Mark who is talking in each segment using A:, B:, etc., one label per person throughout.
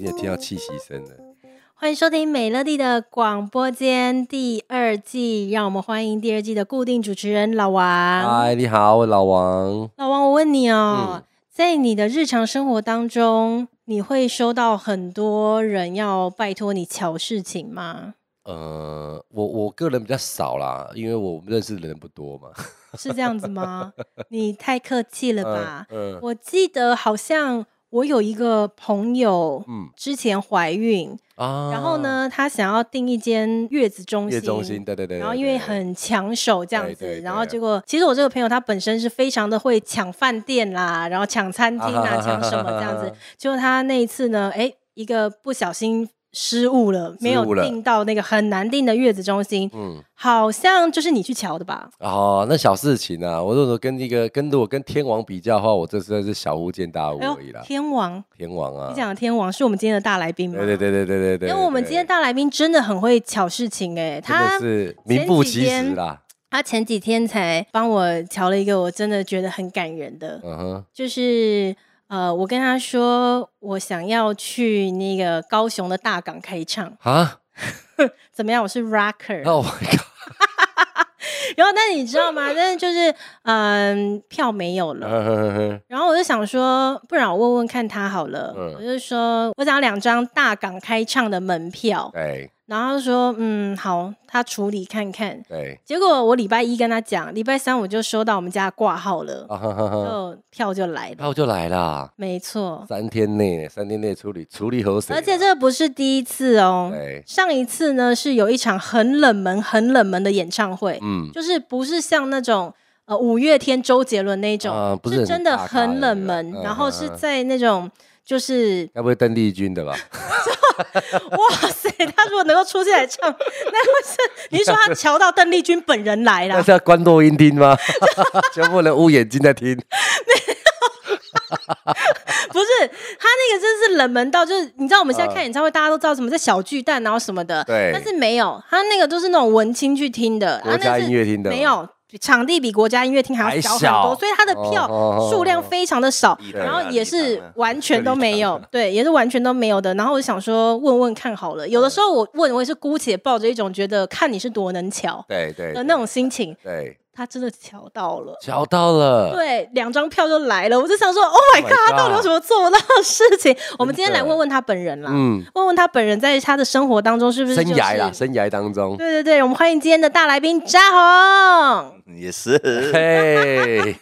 A: 也听到气息声了。
B: 欢迎收听美乐蒂的广播间第二季，让我们欢迎第二季的固定主持人老王。
A: 嗨，嗯你好，我老王。
B: 老王，我问你哦，在你的日常生活当中，你会收到很多人要拜托你瞧事情吗？
A: 呃，我我个人比较少啦，因为我认识的人不多嘛。
B: 是这样子 吗？你太客气了吧？
A: 嗯
B: 我记得好像我有一个朋友
A: 嗯
B: 之前怀孕，
A: 啊
B: 然后？呢，她想要订一间月子中
A: 月
B: 心。
A: 中心，对对对。
B: 然后
A: 对
B: 因为
A: 对
B: 很抢手这样
A: 对对
B: 子，
A: 对
B: 然后结果其实我这个朋友他本身是非常的会抢饭店啦，然后抢餐厅啊，抢什么这样子。结果他那一次呢，哎，一个不小心失误了，没有
A: 失误了
B: 订到那个很难订的月子中心，
A: 嗯，
B: 好像就是你去瞧的吧？
A: 哦，那小事情啊，我如果跟一个跟如果跟天王比较的话，我这真的是小巫见大巫而已啦。
B: 哎天王，
A: 天王啊
B: 你，讲的天王是我们今天的大来宾吗？
A: 对对对对对对对。
B: 因为我们
A: 对
B: 今天大来宾真的很会巧事情
A: 真的
B: 哎、他
A: 是
B: 前
A: 名副
B: 几
A: 其实
B: 天
A: 啦。
B: 他前几天才帮我瞧了一个我真的觉得很感人的，
A: 嗯哼，
B: 就是呃，我跟他说我想要去那个高雄的大港开唱，
A: 啊，
B: 怎么样？我是 rocker，、
A: 那我靠
B: 然后但你知道吗？但是就是嗯、票没有了。
A: 嗯哼哼 哼
B: 然后我就想说，不然我问问看他好了。
A: 嗯
B: 我就说我想要两张大港开唱的门票，
A: 对
B: 然后他说嗯好，他处理看看。
A: 对，
B: 结果我礼拜一跟他讲，礼拜三我就收到我们家挂号了，
A: 啊哈哈哈，
B: 就票就来了。
A: 那我就来啦。
B: 没错，
A: 三天内，三天内处理处理哎和谁啊？
B: 哦而且这不是第一次哦。
A: 对，
B: 上一次呢是有一场很冷门、很冷门的演唱会，
A: 嗯，
B: 就是不是像那种呃五月天、周杰伦那种，
A: 啊不是很
B: 真的
A: 大咖的
B: 很
A: 那
B: 冷
A: 个
B: 门，
A: 嗯
B: 然后
A: 嗯
B: 是
A: 嗯
B: 在那种 就是
A: 该不会邓丽君的吧？
B: 哇塞，他如果能够出现来唱，那会是你是说 他瞧到邓丽君本人来
A: 那
B: 啦？
A: 是要关录音听吗？ 全部人捂眼睛在听。
B: 不是，他那个真是冷门到就是你知道我们现在看演唱会，大家都知道什么在小巨蛋然后什么的，
A: 嗯对
B: 但是没有，他那个都是那种文青去听的，
A: 国家
B: 啊那是
A: 音乐厅的吗
B: 没有。场地比国家音乐厅还要小很
A: 还
B: 多，
A: 小
B: 所以他的票
A: 哦
B: 数量非常的少，
C: 对
B: 然后也
C: 礼
B: 是
C: 堂啊
B: 完全都没有，对，也是完全都没有的。然后我就想说问问看好了，有
A: 嗯
B: 的时候我问我也是姑且抱着一种觉得看你是多能瞧
A: 对对
B: 呃的那种心情，
A: 对，
B: 他真的瞧到了。
A: 找到 了。
B: 对，两张票就来了，我就想说，Oh my
A: my
B: god，他到底
A: God
B: 有什么做不到的事情？我们今天来问问他本人啦，
A: 嗯，
B: 问问他本人在他的生活当中是不是、
A: 生
B: 就是、
A: 涯啦，生涯当中，
B: 对对对，我们欢迎今天的大来宾扎 红，
C: 也是。
A: 嘿，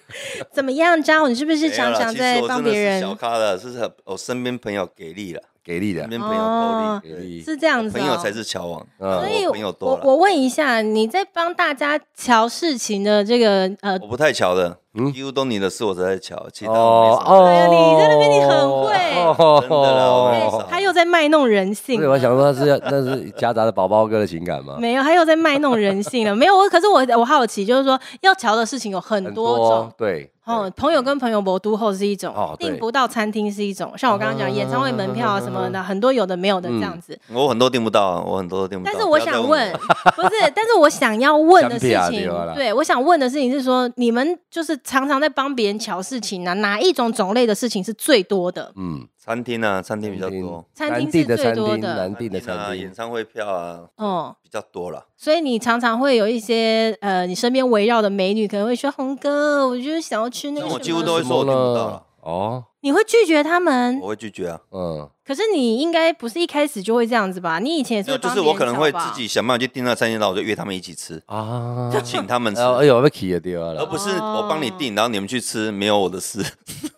B: 怎么样？扎红，你是不是
C: 没有
B: 常
C: 啦
B: 常
C: 其实
B: 在
C: 我
B: 帮
C: 真的
B: 别
C: 是
B: 人？
C: 小咖了，是很我身边朋友给力了，
A: 给力 的
C: 身，边朋友够力，
A: 给力。
B: 是这样
C: 对
B: 子、
C: 朋
B: 哦，
C: 友才是乔王，
A: 嗯
B: 所以
C: 我朋友多
B: 我
C: 了，
B: 我问一下，你在帮大家瞧事情的这个呃，
C: 我不太乔的
A: 嗯，
C: 几乎都你的事我才在乔，
A: 哦
C: 其他
B: 哦
C: 我没什么
B: 对啊你在那边你很会
C: 哦真的啦我
B: 哎
C: 很少
B: 他又在卖弄人性
A: 对，。我想说，是要那是夹杂着宝宝哥的情感 吗？
B: 没有，他又在卖弄人性了。没有，我可是我我好奇，就是说要瞧的事情有很多种，
A: 对，
B: 哦，朋友跟朋友搏都后是一种
A: 哦，对
B: 订不到餐厅是一种，像我刚刚讲演唱会门票啊
C: 嗯
B: 什么的，很多有的没有的这样子。
C: 我很多订不到啊，我很多都订不到。
B: 但是
C: 嗯不
B: 我
C: 要再
B: 想
C: 问
B: 问
C: 我，
B: 不是，但是我想要问 的事
A: 想不起来
B: 情
A: 对啦，
B: 对我想问的事情是说，你们就是常常在帮别人瞧事情啊，哪一种种类的事情是最多的？
A: 嗯，
C: 餐厅啊，餐厅比较
A: 餐厅
C: 多，
B: 餐
A: 南
B: 厅
A: 地
B: 是
A: 的
B: 最
A: 餐
B: 多
A: 厅，
B: 的，
A: 南地的
C: 啊，
A: 餐厅
C: 演，唱会票啊
B: 哦，
C: 比较多了。
B: 所以你常常会有一些呃，你身边围绕的美女可能会说：“红哥，我就是想要吃那个
C: 那
B: 什么。”
C: 我几乎都会说我订不到了，
A: 哦，
B: 你会拒绝他们
C: 我，会拒绝啊，
A: 嗯，
B: 可是你应该不是一开始就会这样子吧？你以前也
C: 没
B: 是
C: 有
B: 会
C: 就
B: 帮
C: 是
B: 别人
C: 我可能会
B: 瞧吧哦
C: 自己想办法去订那餐厅，然后我就约他们一起吃，
A: 啊，
C: 就请他们吃
A: 然，后哎呦，被起也掉
C: 而
A: 了，
C: 不是我帮你订，然后你们去吃，没有我的事，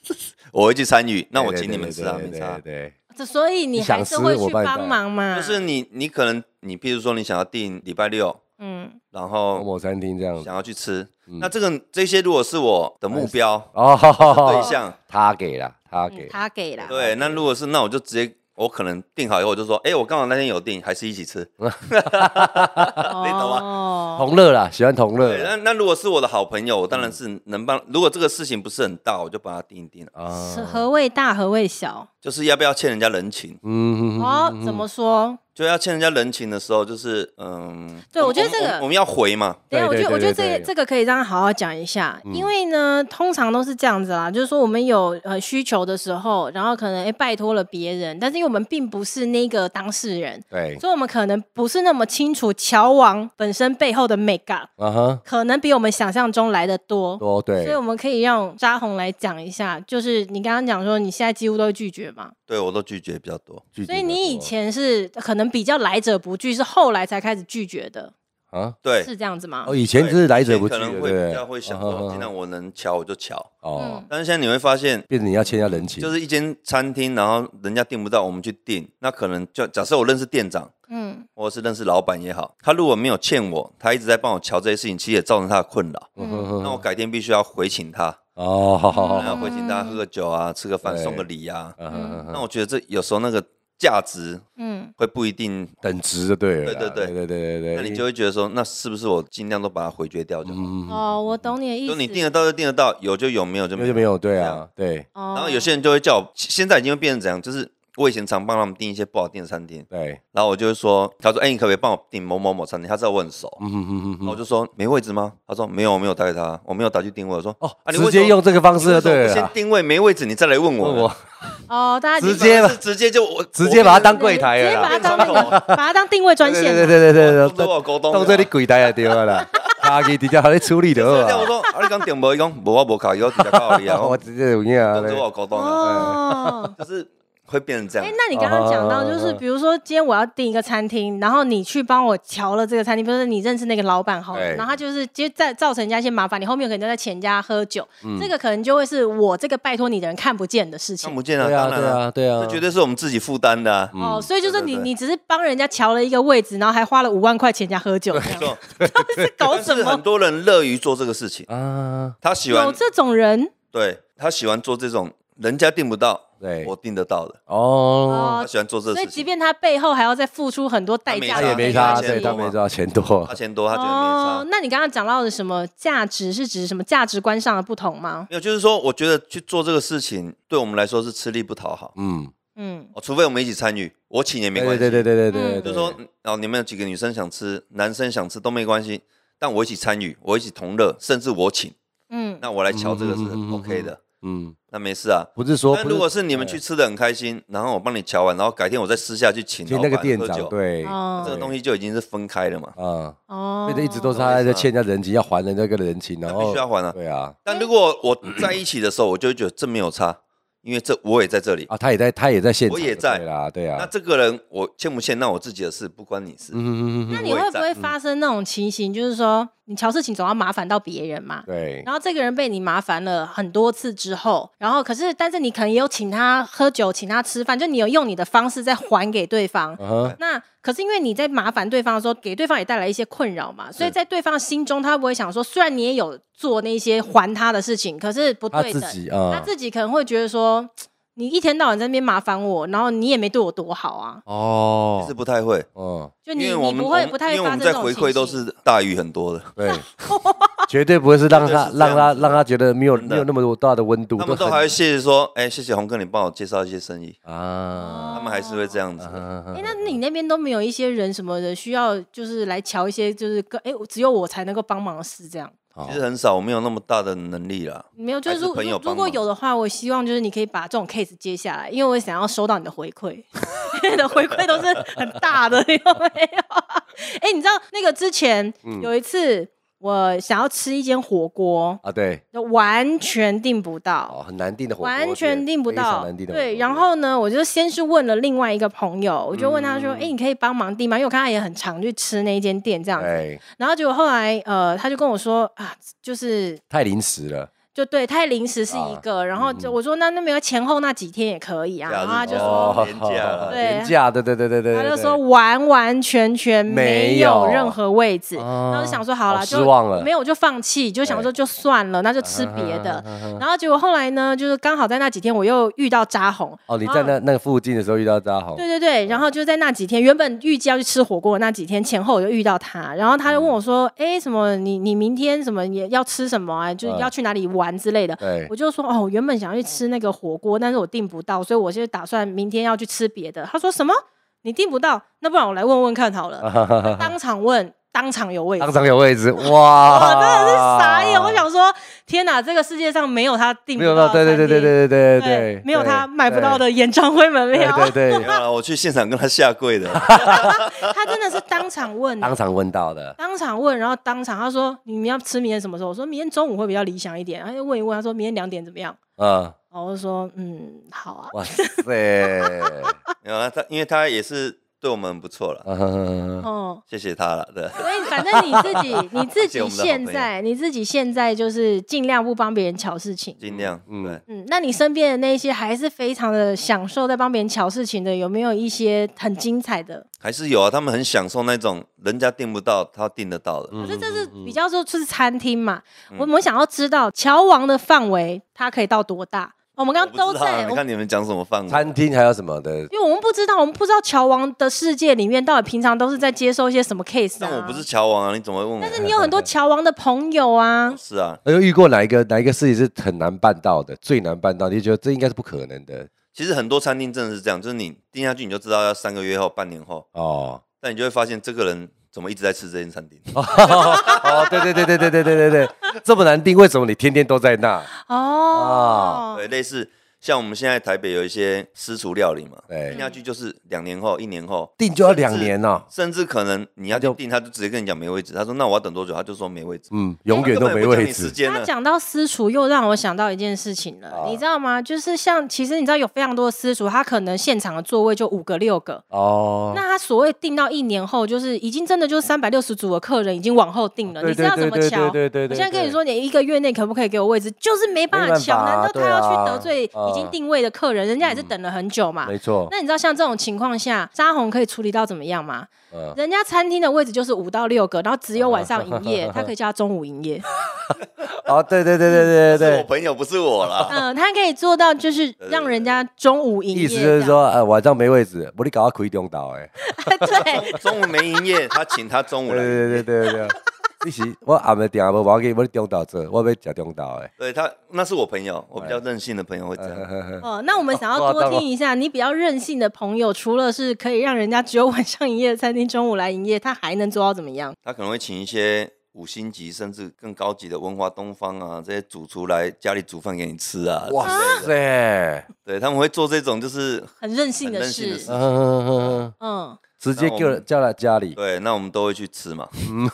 C: 我会去参与。那我
A: 对
C: 请你们吃啊，
A: 对
C: 没
A: 对
C: 差啊
A: 对。对，
B: 这所以你
A: 你想
B: 还是
A: 吃
B: 会
A: 我
B: 去
A: 帮你带
B: 帮忙
A: 嗯
B: 嘛？
C: 就是你，你可能你，譬如说你想要订礼拜六，
B: 嗯，
C: 然
A: 某
C: 后
A: 某餐厅这样子，
C: 哦想要去吃，
A: 嗯
C: 那这个这些如果是我的目标
A: 哦，
C: 对象，
A: 他给了，他
B: 嗯
A: 给，
B: 他给啦。
C: 对，那如果是那我就直接。我可能订好以后，我就说，哎、我刚好那天有订，还是一起吃。你懂吗
B: 哦，
A: 同乐啦，喜欢同
C: 对，那
A: 乐
C: 那如果是我的好朋友，我
A: 嗯
C: 当然是能帮。如果这个事情不是很大，我就帮他订一订了。
A: 啊
B: 是何谓大，何谓小？
C: 就是要不要欠人家人情？
A: 嗯哼哼
B: 哦，怎么说？
C: 就要欠人家人情的时候，就是嗯，
B: 对
C: 我
B: 我觉得
C: 们
B: 这
C: 我
B: 个
C: 们我们要回嘛，
B: 等一下，我
A: 对
B: 觉得
A: 对
B: 我觉得
A: 对对对
B: 这个
A: 嗯
B: 这个可以让他好好讲一下，因为呢，通常都是这样子啦，就是说我们有呃需求的时候，然后可能哎拜托了别人，但是因为我们并不是那个当事人，
A: 对，
B: 所以我们可能不是那么清楚乔王本身背后的 make up，
A: 啊哈，
B: 可能比我们想象中来的多。
A: 多
B: 所以
A: 对
B: 我，们可以让扎红来讲一下，就是你刚刚讲说你现在几乎都拒绝嘛，
C: 对我都拒绝比较多。
A: 拒绝
B: 所以
A: 得
B: 你以
A: 多
B: 前是可能比较来者不拒，是后来才开始拒绝的，
A: 啊，
C: 对，
B: 是这样子吗？
A: 哦，以前就是来者不拒
C: 可
A: 的，
C: 能
A: 对
C: 会
A: 不对
C: 比较会想
A: 啊哈
C: 说，
A: 哈
C: 尽量我能瞧我就瞧。
A: 哦
B: 嗯，
C: 但是现在你会发现，
A: 变成你要欠人家人情，
C: 就是是一间餐厅，然后人家订不到，我们去订，那可能就假设我认识店长，
B: 嗯
C: 或者是认识老板也好，他如果没有欠我，他一直在帮我瞧这些事情，其实也造成他的困扰。
B: 嗯
C: 那我改天必须要回请他，
A: 哦， 好好好，
C: 然后回请他
B: 嗯
C: 喝个酒啊，吃个饭，
A: 对
C: 送个礼啊。
A: 嗯哼哼
C: 那
A: 哼
C: 我觉得这有时候那个价值
B: 嗯
C: 会不一定，
A: 等值就对了啦，
C: 对对
A: 对对
C: 对
A: 对对
C: 那你就会觉得说，那是不是我尽量都把它回绝掉就好？
A: 哎嗯，
B: 哦，我懂你的意思。
C: 就你订得到就订得到，有就有，没有就
A: 那
C: 没
A: 就
C: 有
A: 没。有对
C: 这
A: 啊
C: 样，
A: 对
B: 哦，
C: 然后有些人就会叫我，现现在已经会变成怎样？就是我以前常帮他们订一些不好订的餐厅，
A: 对，
C: 然后我就会说，他说，哎、你可不可以帮我订某某某餐厅？他知道我很熟，
A: 嗯哼哼哼
C: 然后我
A: 哼，
C: 就说没位置吗？他说没有，我没有打给他，我没有打去定位。我说
A: 哦，
C: 啊，你
A: 直
C: 为什么
A: 接用这个方式
C: 你为
A: 就
C: 什么
A: 对
C: 不
A: 了
C: 先
A: 啦，
C: 定位没位置，你再来问我。
A: 问我
B: 哦，大家
A: 直接 吧
C: 是直接就我
A: 直接把它当
B: 对
A: 柜台
B: 直
A: 了
B: 接把它
A: 啦，
B: 当那个，把它当定位专
A: 对
B: 线
A: 对
B: 嘛。
A: 对对对对
C: 都
A: 对，
C: 我沟通的啊。
A: 当做你柜台也对了 啦，卡机直接好你处理就好
C: 这样我
A: 啊，
C: 说啊，你讲点无？伊讲无我无卡，伊讲直接告你啊。
A: 我
C: 我
A: 直接有影啊，
C: 都我沟通的，
B: 哦，
C: 就是会变成这
B: 哎
C: 样，。
B: 那你刚刚讲到，
C: 啊
B: 就是
A: 哦
B: 比如说今天我要订一个餐厅，然后你去帮我瞧了这个餐厅，比如说你认识那个老板好了，
C: 哎
A: 对
B: 然后他就是就在造成人家一些麻烦，你后面可能就在请人家喝酒，
C: 嗯
B: 这个可能就会是我这个拜托你的人看不见的事
C: 看
B: 情。
C: 不见啊，
A: 对啊
C: 当然
A: 对
C: 啊，
A: 啊嗯对啊
C: 这，绝对是我们自己负担的啊。
B: 哦，所以就是你，
C: 对对对
B: 你只是帮人家瞧了一个位置，然后还花了五万块钱人家喝 酒，
C: 没 错，
B: 这样是搞
C: 但
B: 什
C: 是很
B: 么？
C: 多人乐于做这个事情，
A: 啊，
C: 他喜
B: 有
C: 欢，
B: 这种人
C: 对他喜欢做这种人家订不到，
A: 对
C: 我订得到的，
A: 哦，
B: 哦
C: 他喜欢做这
B: 所
C: 个
B: 以，
C: 事
B: 即
C: 情。
B: 便他背后还要再付出很多代价，
A: 他
C: 他
A: 也
C: 没
A: 没
C: 差
A: 差，
C: 钱
A: 对
C: 多啊
A: 他
C: 嘛
A: 没差，钱多
C: 他，钱多，他觉得没差
B: 哦，。那你刚刚讲到的什么价值是指什么价值观上的不同吗？
C: 没有，就是说，我觉得去做这个事情，对我们来说是吃力不讨好。
A: 嗯，
B: 嗯，
C: 哦，除非我们一起参与，我请也没
A: 对
C: 关
A: 对
C: 系。
A: 对对对对对，
B: 嗯
C: 就是说，嗯哦，你们有几个女生想吃，男生想吃都没关系，但我一起参与，我一起同乐，甚至我请，
B: 嗯，
C: 那我来瞧这个
A: 嗯
C: 是
A: 嗯嗯嗯嗯
C: OK 的，
A: 嗯，
C: 那没事啊。
A: 不是说，
C: 但
A: 不
C: 如果是你们去吃的很开心，然后我帮你瞧完，然后改天我再私下去请
A: 请
C: 老
A: 那个
C: 板
A: 店
C: 喝
A: 长
C: 酒，
A: 对
B: 哦
C: 这个东西就已经是分开了嘛，
A: 啊，
B: 哦
A: 那个一直都是他在欠人家人情，要还人家个人情，然
C: 那
A: 后
C: 必须要还啊。
A: 对啊，
C: 但如果我在一起的时候，我就会觉得这没有差，因为这我也在这里，
A: 啊，他也在，他也在现场，
C: 我也在
A: 对啦，对
C: 那
A: 啊，
C: 这个人我欠不欠，那我自己的事，不关你事。
A: 嗯嗯嗯嗯，
B: 那你会不会发生那种情形，就是说你乔事情总要麻烦到别人嘛？
A: 对，
B: 然后这个人被你麻烦了很多次之后，然后可是但是你可能也有请他喝酒，请他吃饭，就你有用你的方式再还给对方，
A: 嗯哼，
B: 那可是因为你在麻烦对方的时候，给对方也带来一些困扰
A: 嗯
B: 嘛，所以在对方心中，他不会想说，虽然你也有做那些还他的事情，可是不
A: 他
B: 对
A: 自
B: 等，
A: 己
B: 他
A: 啊，
B: 自己可能会觉得说，你一天到晚在那边麻烦我，然后你也没对我多好啊，
A: 哦
C: 是，不太会，
A: 嗯，
B: 哦就
C: 因
B: 你
C: 为我
B: 你
C: 们
B: 不
C: 我
B: 会
C: 们
B: 不太
C: 因
B: 会
C: 为我
B: 发
C: 们
B: 生
C: 在
B: 这种
C: 回
B: 情
C: 馈都
B: 形
C: 是大于很多的，
A: 对，绝对不会是让
C: 绝对
A: 他
C: 是这样
A: 让他
C: 子
A: 让他觉得没有
C: 真的
A: 没有那么多大的温度，
C: 他们都
A: 很
C: 还会谢谢说，哎，谢谢红哥，你帮我介绍一些生意，
B: 哦
A: 啊，
C: 他们还是会这样子
A: 嗯
C: 的。
A: 哼
B: 哎、
A: 哼
B: 那你那边都没有一些人什么的需要，就是来瞧一些，就是跟哎、只有我才能够帮忙的事这样。
A: 好
C: 其实很少，我没有那么大的能力啦。
A: 哦
B: 没有，就是
C: 还是
B: 如
C: 朋友
B: 如
C: 帮
B: 如果
C: 忙
B: 有的话，我希望就是你可以把这种 case 接下来，因为我想要收到你的回馈， 因为你的回馈都是很大的，有没有？哎、你知道那个之前
C: 嗯
B: 有一次，我想要吃一间火锅，
A: 啊，对，
B: 就完全订不到。
A: 哦，很难定的火锅店，
B: 完全订不
A: 非常
B: 到
A: 难订，的火锅店，
B: 对。然后呢，我就先是问了另外一个朋友，我就问他说：“哎、
A: 嗯
B: 你可以帮忙订吗？”因为我看他也很常去吃那一间店这样子。
A: 对，
B: 然后结果后来，呃，他就跟我说：“啊，就是
A: 太临时了，
B: 就对，太临时是一
A: 啊
B: 个，然后
A: 嗯
B: 就我说那那没有前后那几天也可以啊，
C: 假日
B: 然后他就
C: 哦
B: 说，
C: 廉价了
B: 对
A: 廉价，对对对对对，
B: 他就
A: 对
B: 说完完全全没有
A: 没有
B: 任何位置，
A: 啊哎
B: 然后就想说好了，
A: 好
B: 就
A: 失望了
B: 没有我就放弃，就想说就算了，那就
A: 啊
B: 吃别的。然后结果后来呢，就是刚好在那几天我又遇到扎红，
A: 哦，你在那那个附近的时候遇到扎红，
B: 对对对，
A: 嗯
B: 然后就在那几天，原本预计要去吃火锅的那几天前后，我就遇到他，然后他就问
A: 嗯
B: 我说：“哎、什么你你明天什么也要吃什么啊？就是
A: 嗯
B: 要去哪里玩之类的。
A: 对
B: 我就说：“哦，我原本想要去吃那个火锅，但是我订不到，所以我就打算明天要去吃别的。”他说：“什么？你订不到，那不然我来问问看好了。当场问，当场有位置
A: 啊当。场啊有位置，哇！
B: 我真的是傻眼，我想说，天哪，这个世界上没有他订不
A: 没有到，
B: 到的
A: 对
B: 餐
A: 对
B: 厅，
A: 对对对对对对，
B: 没有他买不到
A: 对，
B: 的演唱会门
A: 对
B: 票，
A: 对对
C: 没有啦，我去现场跟他下跪 的，
B: 他真的是当场问的
A: 当场问到的，
B: 当场问，然后当场他说：“你们要吃明天什么时候？”我说：“明天中午会比较理想一点。”然后就问一问，他说：“明天两点怎么样
A: 嗯，？”
B: 然后我就说：“嗯，好啊。
A: 哇塞，
C: 没有啦，他因为他也是对我们很不错了，
A: 嗯”
B: 哦，
C: 谢谢他了，对。
B: 所以反正你自己你自
C: 谢谢我
B: 己
C: 们的好
B: 现
C: 朋友
B: 在你自己现在就是尽量不帮别人瞧事情。
C: 尽量，
A: 嗯
C: 对，
B: 嗯，那你身边的那些还是非常的享受在帮别人瞧事情的，有没有一些很精彩的？
C: 还是有啊，他们很享受那种人家订不到，他订得到的。
B: 可
A: 嗯
B: 是这是比
A: 较
B: 较说就是餐厅嘛，
C: 嗯
B: 我们想要知道乔王的范围它可以到多大？我们刚
C: 我
B: 刚
C: 不
B: 都
C: 知道啊
B: 在，我
C: 你看你们讲什么饭？
A: 餐厅还有什么的，
B: 因为我们不知道，我们不知道乔王的世界里面到底平常都是在接受一些什么 case 啊。
C: 但我不是，乔王啊，你怎么会问我？，
B: 但是你有很多乔王的朋友啊
C: 是啊，
A: 那有遇过哪一个哪一个事情是很难办到的，最难办到，你就觉得这应该是不可能的
C: 其实很多餐厅真的是这样，就是你订下去你就知道要三个月后、半年后，
A: 哦。
C: 但你就会发现这个人怎么一直在吃这间餐厅。
A: 哦，对对对对对对对对对，这么难定，为什么你天天都在那？啊
B: 哦，
C: 对，类似像我们现在台北有一些私厨料理嘛，订
A: 对，
C: 下去就是两年后、一年后，
A: 定就要两年哦，
C: 甚至可能你要去订，他就直接跟你讲没位置。他说那我要等多久？他就说没位置，
A: 嗯，永远都
C: 根本
A: 没
C: 也不讲
A: 位
C: 你
A: 置
C: 时。间
B: 他
C: 了。
B: 讲到私厨，又让我想到一件事情了，
A: 啊
B: 你知道吗？就是像其实你知道有非常多的私厨，他可能现场的座位就五个六个。
A: 哦，
B: 那他所谓定到一年后，就是已经真的就是三百六十组的客人已经往后定了，
A: 啊对
B: 你知道怎么
A: 对对
B: 瞧？
A: 对对对对
B: 我现在跟你说，你一个月内可不可以给我位置，就是没办法
A: 没办法
B: 瞧。难道他要去
A: 对啊
B: 得罪已经
A: 嗯
B: 定位的客人？人家也是等了很久嘛。
A: 没错，
B: 那你知道像这种情况下，沙红可以处理到怎么样吗？
A: 嗯，
B: 人家餐厅的位置就是五到六个，然后只有晚上营 业，他可以叫他中午营业。
A: 哦，对对对对对
C: 是我
A: 对
C: 朋友，不是我啦。
B: 嗯，他可以做到就是让人家中午营
A: 对，意
B: 业。
A: 思就是，说，呃，晚上没位置，我你搞到亏中岛，哎，
B: 对，
C: 中午没营业，他请他中午
A: 对
C: 来。
A: 对对对对对，你是我暗的定无要紧，我你中岛做，我要食中岛，哎，
C: 对他，那是我朋友，我比较任性的朋友会这样。
A: 嗯
B: 哦，那我们想要多听一下，你比较任性的朋友，除了是可以让人家只有晚上营业的餐厅中午来营业，他还能做到怎么样？
C: 他可能会请一些五星级甚至更高级的文华东方啊这些主厨来家里煮饭给你吃啊。
A: 哇塞，
C: 对，他们会做这种就是
B: 很任性的
C: 很任性
B: 事
C: 的，事
A: 嗯，
B: 嗯
A: 直接叫人叫来家里，
C: 对，那我们都会去吃嘛，
B: 嗯，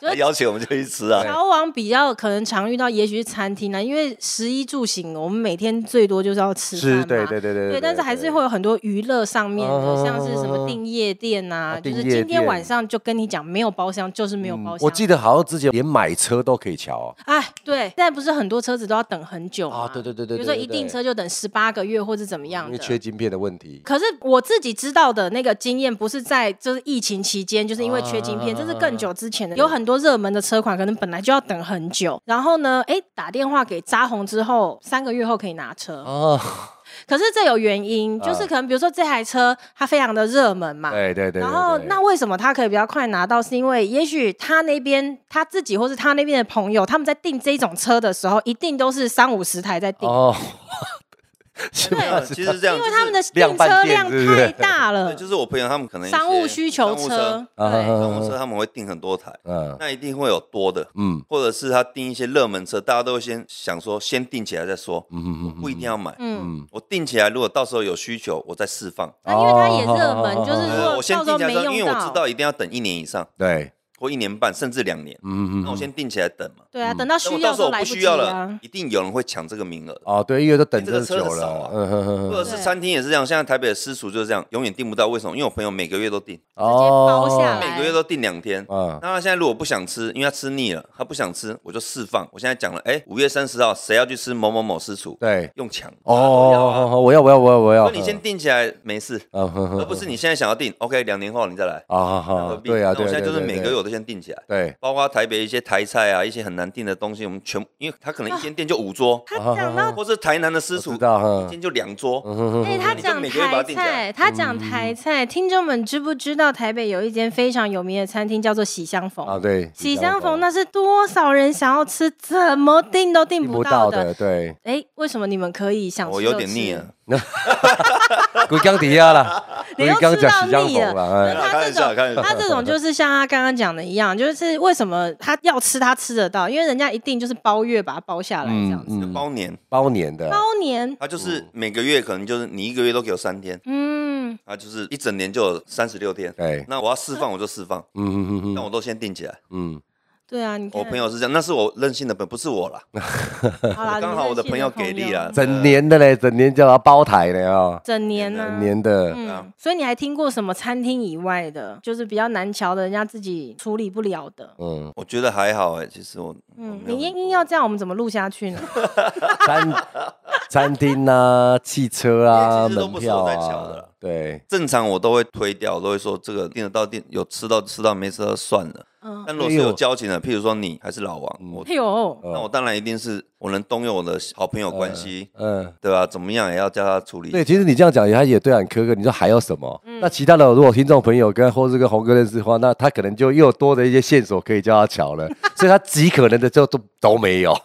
C: 他邀请我们就去吃啊。
B: 交往比较可能常遇到，也许是餐厅啊，因为食衣住行，我们每天最多就是要吃饭
A: 是，
B: 嘛，
A: 对对对对
B: 对，但是还是会有很多娱乐上面的，
A: 哦
B: 像是什么订夜店啊，
A: 啊
B: 就是
A: 订夜
B: 今天晚
A: 店嗯
B: 上就跟你讲没有包厢，就是没有包厢。
A: 我记得好像之前连买车都可以瞧哦，
B: 哎，对，现在不是很多车子都要等很久
A: 啊
B: 嘛
A: 对对对对
B: 比如说
A: 对对
B: 一订
A: 对
B: 车就等十八个月或是怎么样
A: 因
B: 的
A: 为。缺晶片的问题。
B: 可是我自己知道的那个经验，不是在就是疫情期间，就是因为缺晶片，
A: 啊
B: 这是更久之前的。有很多热门的车款，可能本来就要等很久。然后呢，哎，打电话给扎红之后，三个月后可以拿车。
A: 哦，
B: 可是这有原因，就是可能比如说这台车它非常的热门嘛，
A: 对对对，
B: 然后那为什么他可以比较快拿到？是因为也许他那边他自己或是他那边的朋友，他们在订这种车的时候，一定都是三五十台在订，
A: 哦，是不
C: 对
A: 是？
C: 其实是这样，
B: 因为他们的订
A: 量贩
B: 车
A: 店
B: 量
A: 是不是
B: 太大
C: 就是
B: 了，
C: 对就是我朋友他们可能一些
B: 商务需求
C: 商务
B: 车，对。
C: 商务车他们会订很多台，
A: 嗯
C: 那一定会有多的，
A: 嗯
C: 或者是他订一些热门车，大家都会先想说先订起来再说，
A: 嗯嗯
C: 不一定要买。
B: 嗯，
C: 我订起来，如果到时候有需求，我再释放。
B: 那因为它也热门，就是如
C: 呃，
B: 果
C: 我先
B: 到时
C: 定
B: 候
C: 价
B: 没
C: 之后，因为
B: 用
C: 我知
B: 到，
C: 道一定要等一年以上
A: 对，
C: 或一年半，甚至两年。
A: 嗯
C: 那我先定起来等嘛。
B: 对啊，等到
C: 那
B: 需
C: 我
B: 要
C: 到
B: 的
C: 时候我
B: 来
C: 不
B: 及
C: 需要了
B: 啊，，
C: 一定有人会抢这个名额。
A: 哦对，因为都等这么久
C: 啊
A: 了，嗯哼
C: 或
A: 哼
C: 者是餐厅也是这样，现在台北的私厨就是这样，永远订不到。为什么？因为我朋友每个月都订，
B: 哎
C: 每个月都订两天。
A: 啊，
C: 那他现在如果不想吃，因为他吃腻了，他不想吃，我就释放。我现在讲了，哎，五月三十号谁要去吃某某某私厨？
A: 对，
C: 用抢的啊
A: 哦，我要我要我要我要，
C: 所以你先定起来没事，
A: 嗯哼
C: 而不是你现在想要定，OK，两年后你再来。
A: 啊
C: 何
A: 哈，
C: 必
A: 对啊，
C: 那
A: 对，
C: 我现在就是每个月我都先定起来，
A: 对，
C: 包括台北一些台菜啊，一些很难定的东西，我们全，因为他可能一间店就五桌，
B: 他讲到
C: 或是台南的私
A: 知
C: 厨一
A: 道嗯哈，
C: 间就两桌，
B: 哎、他
C: 你就
B: 讲
C: 每个月
B: 台
C: 把它定嗯下
B: 菜，
C: 来
B: 他讲台菜，听众们知不知道台北有一间非常有名的餐厅叫做喜相逢？
A: 啊对，
B: 喜相逢那是多少人想要吃，怎么订都订
A: 听
B: 不
A: 不
B: 到
A: 到
B: 的。
A: 的，对，
C: 哦啊
B: 哎、为什么你们可以想吃？
C: 我有点腻啊。。
A: 鬼刚底下 啦，
B: 你
A: 鬼
B: 都
A: 刚
B: 吃
A: 讲
B: 到
A: 喜江
B: 腻
A: 红
B: 了
A: 啦，哎
B: 那他这种嗯
C: 看一下看一下
B: 他这种就是像他刚刚讲的一样，就是为什么他要吃他吃得到，因为人家一定就是包月把它包下来这样子。
A: 嗯
C: 包年，
A: 包年的，
B: 包年，
C: 他就是每个月可能就是你一个月都给我三天，
B: 嗯，
C: 啊，就是一整年就有三十六天。
A: 哎，
C: 那我要释放我就释放，
A: 嗯嗯嗯嗯
C: 但我都先定起来。
A: 嗯，
B: 对啊，你看
C: 我朋友是这样，那是我任性的本，不是我啦。
B: 好啦，
C: 刚
B: 你
C: 好
B: 认
C: 我的
B: 识
C: 朋友给力啊
A: 整年的嘞，整年叫他包台的哦，
B: 整年啊呢、
A: 整年的，
B: 嗯，所以你还听过什么餐厅以外的，就是比较难瞧的，人家自己处理不了的。
A: 嗯，
C: 我觉得还好哎、其实我，
B: 嗯
C: 嗯，，
B: 你硬硬要这样，我们怎么录下去呢？
A: 餐餐厅 啊，汽车啊，
C: 因为其实都
A: 门
C: 不是
A: 票
C: 我在瞧的
A: 啊
C: 啦，
A: 对，
C: 正常我都会推掉，我都会说这个订得到订有吃到吃到没吃到算了。
B: 嗯
C: 但如果是有交情的，譬如说你还是老王，我
B: 哎呦，
A: 哎嗯
C: 那我当然一定是我能动用我的好朋友关系，
A: 嗯。
C: 对吧、怎么样也要叫他处理。
A: 对，其实你这样讲，他也对俺苛刻。你说还有什么？那其他的，如果听众朋友跟或是跟红哥认识的话，那他可能就又多的一些线索可以叫他瞧 了。所以他极可能的就都都没 有。